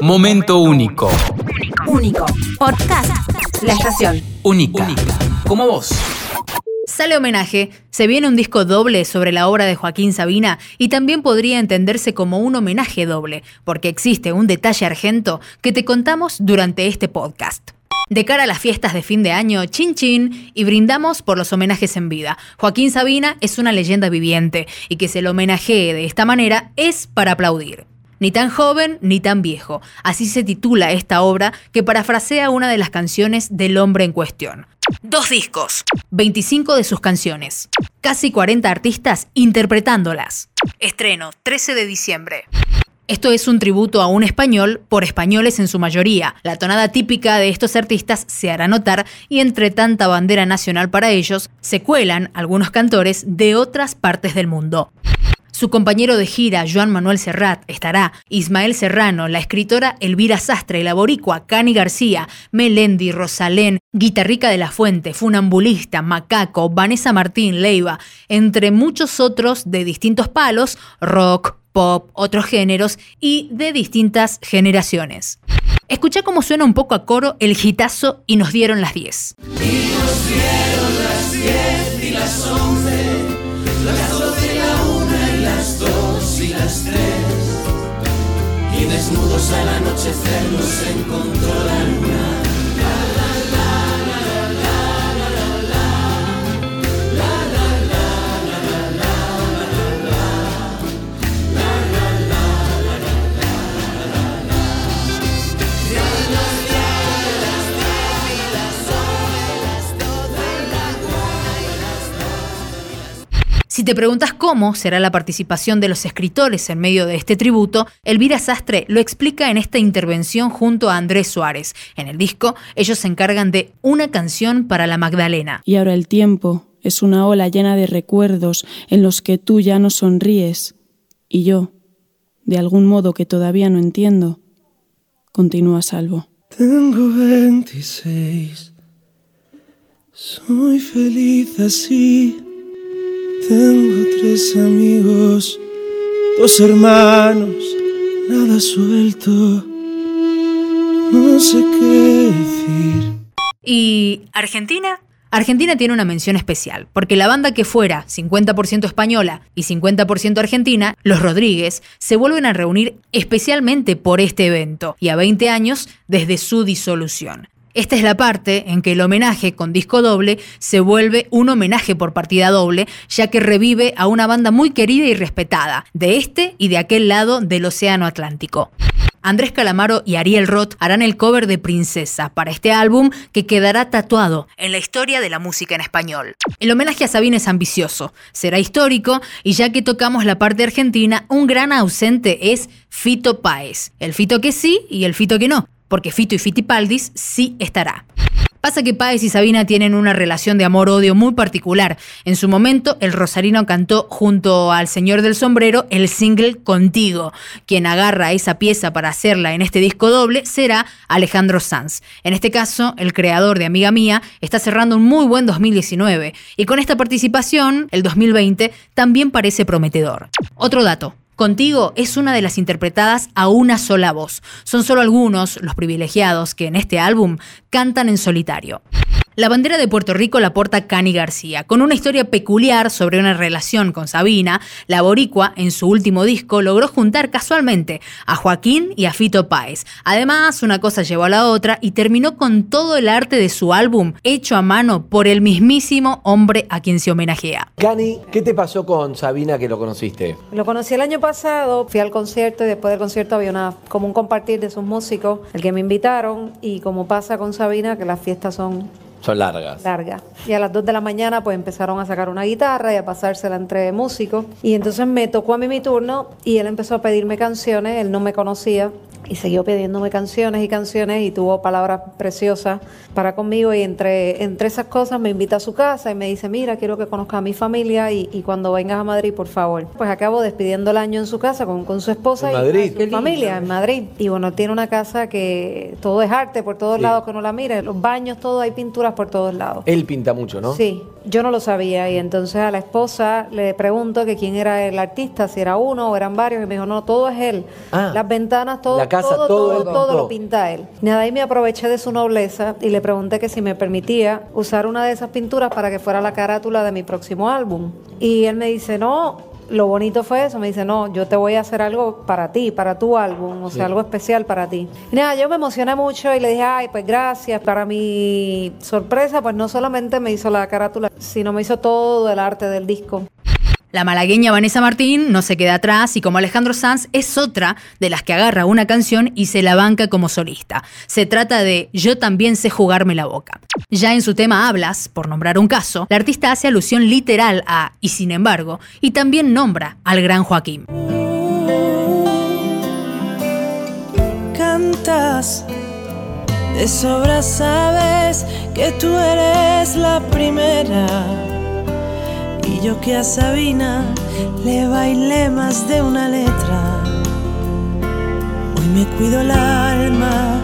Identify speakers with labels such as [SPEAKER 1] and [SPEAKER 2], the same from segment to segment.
[SPEAKER 1] Momento único.
[SPEAKER 2] Único. Podcast. La estación.
[SPEAKER 1] Única. Como vos.
[SPEAKER 3] Sale homenaje, se viene un disco doble sobre la obra de Joaquín Sabina y también podría entenderse como un homenaje doble, porque existe un detalle argento que te contamos durante este podcast. De cara a las fiestas de fin de año, chin chin, y brindamos por los homenajes en vida. Joaquín Sabina es una leyenda viviente y que se lo homenajee de esta manera es para aplaudir. Ni tan joven ni tan viejo, así se titula esta obra que parafrasea una de las canciones del hombre en cuestión. Dos discos, 25 de sus canciones, casi 40 artistas interpretándolas. Estreno 13 de diciembre. Esto es un tributo a un español por españoles en su mayoría. La tonada típica de estos artistas se hará notar y entre tanta bandera nacional para ellos, se cuelan algunos cantores de otras partes del mundo. Su compañero de gira, Joan Manuel Serrat, estará. Ismael Serrano, la escritora Elvira Sastre, la boricua Cani García, Melendi, Rosalén, Guitarrica de la Fuente, Funambulista, Macaco, Vanessa Martín, Leiva, entre muchos otros de distintos palos, rock, pop, otros géneros y de distintas generaciones. Escucha cómo suena un poco a coro el gitazo y nos dieron las 10.
[SPEAKER 4] desnudos al anochecer nos encontró la luna.
[SPEAKER 3] Si te preguntas cómo será la participación de los escritores en medio de este tributo, Elvira Sastre lo explica en esta intervención junto a Andrés Suárez. En el disco, ellos se encargan de una canción para la Magdalena.
[SPEAKER 5] Y ahora el tiempo es una ola llena de recuerdos en los que tú ya no sonríes y yo, de algún modo que todavía no entiendo, continúa salvo.
[SPEAKER 6] Tengo 26. Soy feliz así. Tengo tres amigos, dos hermanos, nada suelto. No sé qué decir.
[SPEAKER 3] ¿Y Argentina? Argentina tiene una mención especial, porque la banda que fuera 50% española y 50% argentina, Los Rodríguez, se vuelven a reunir especialmente por este evento y a 20 años desde su disolución. Esta es la parte en que el homenaje con disco doble se vuelve un homenaje por partida doble, ya que revive a una banda muy querida y respetada, de este y de aquel lado del Océano Atlántico. Andrés Calamaro y Ariel Roth harán el cover de Princesa para este álbum que quedará tatuado en la historia de la música en español. El homenaje a Sabina es ambicioso, será histórico y ya que tocamos la parte argentina, un gran ausente es Fito Páez. El Fito que sí y el Fito que no, porque Fito y Fitipaldis sí estará. Pasa que Páez y Sabina tienen una relación de amor-odio muy particular. En su momento, el rosarino cantó junto al señor del sombrero el single Contigo. Quien agarra esa pieza para hacerla en este disco doble será Alejandro Sanz. En este caso, el creador de Amiga Mía está cerrando un muy buen 2019 y con esta participación, el 2020 también parece prometedor. Otro dato. Contigo es una de las interpretadas a una sola voz. Son solo algunos los privilegiados que en este álbum cantan en solitario. La bandera de Puerto Rico la porta Cani García, con una historia peculiar sobre una relación con Sabina. La boricua, en su último disco, logró juntar casualmente a Joaquín y a Fito Páez. Además, una cosa llevó a la otra y terminó con todo el arte de su álbum hecho a mano por el mismísimo hombre a quien se homenajea.
[SPEAKER 7] Cani, ¿qué te pasó con Sabina que lo conociste?
[SPEAKER 8] Lo conocí el año pasado, fui al concierto y después del concierto había una, como un compartir de sus músicos, el que me invitaron y como pasa con Sabina, que las fiestas son
[SPEAKER 7] Son largas.
[SPEAKER 8] largas. Y a las 2 de la mañana pues empezaron a sacar una guitarra y a pasársela entre músicos. Y entonces me tocó a mí mi turno y él empezó a pedirme canciones, él no me conocía y siguió pidiéndome canciones y canciones y tuvo palabras preciosas para conmigo y entre, entre esas cosas me invita a su casa y me dice, mira, quiero que conozca a mi familia y, y cuando vengas a Madrid, por favor. Pues acabo despidiendo el año en su casa con, con su esposa
[SPEAKER 7] En
[SPEAKER 8] y
[SPEAKER 7] Madrid.
[SPEAKER 8] con su familia en Madrid. Y bueno, tiene una casa que todo es arte, por todos
[SPEAKER 7] Sí.
[SPEAKER 8] lados que uno la mire, los baños, todo, hay pinturas por todos lados.
[SPEAKER 7] Él pinta mucho, ¿no?
[SPEAKER 8] Sí, yo no lo sabía y entonces a la esposa le pregunto que quién era el artista, si era uno o eran varios y me dijo, no, todo es él.
[SPEAKER 7] Ah.
[SPEAKER 8] Las ventanas, todo
[SPEAKER 7] La casa todo,
[SPEAKER 8] todo,
[SPEAKER 7] el
[SPEAKER 8] todo, lo pinta él. Nada, ahí me aproveché de su nobleza y le pregunté que si me permitía usar una de esas pinturas para que fuera la carátula de mi próximo álbum. Y él me dice, no. Lo bonito fue eso, me dice, no, yo te voy a hacer algo para ti, para tu álbum, o sea, algo especial para ti. Y nada, yo me emocioné mucho y le dije, ay, pues gracias. Para mi sorpresa, pues no solamente me hizo la carátula, sino me hizo todo el arte del disco.
[SPEAKER 3] La malagueña Vanessa Martín no se queda atrás y como Alejandro Sanz es otra de las que agarra una canción y se la banca como solista. Se trata de Yo también sé jugarme la boca. Ya en su tema Hablas, por nombrar un caso, la artista hace alusión literal a Y sin embargo, y también nombra al gran Joaquín.
[SPEAKER 6] Cantas, de sobra sabes que tú eres la primera. Y yo que a Sabina le bailé más de una letra. Hoy me cuido el alma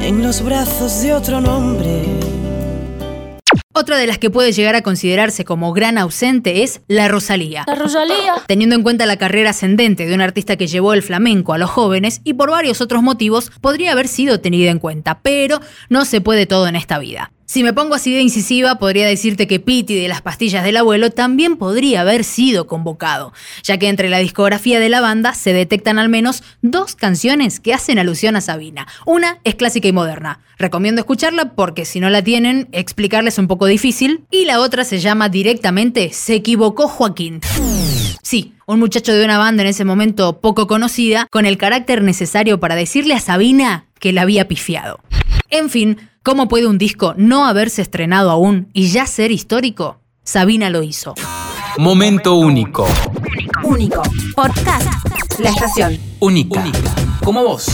[SPEAKER 6] en los brazos de otro nombre.
[SPEAKER 3] Otra de las que puede llegar a considerarse como gran ausente es la Rosalía.
[SPEAKER 9] La Rosalía.
[SPEAKER 3] Teniendo en cuenta la carrera ascendente de un artista que llevó el flamenco a los jóvenes y por varios otros motivos podría haber sido tenida en cuenta, pero no se puede todo en esta vida. Si me pongo así de incisiva, podría decirte que Piti de las pastillas del abuelo también podría haber sido convocado, ya que entre la discografía de la banda se detectan al menos dos canciones que hacen alusión a Sabina. Una es clásica y moderna. Recomiendo escucharla porque si no la tienen, explicarles un poco difícil. Y la otra se llama directamente Se equivocó Joaquín. Sí, un muchacho de una banda en ese momento poco conocida, con el carácter necesario para decirle a Sabina que la había pifiado. En fin, ¿cómo puede un disco no haberse estrenado aún y ya ser histórico? Sabina lo hizo.
[SPEAKER 1] Momento único.
[SPEAKER 2] Único. Podcast. La estación.
[SPEAKER 1] Única. Como vos.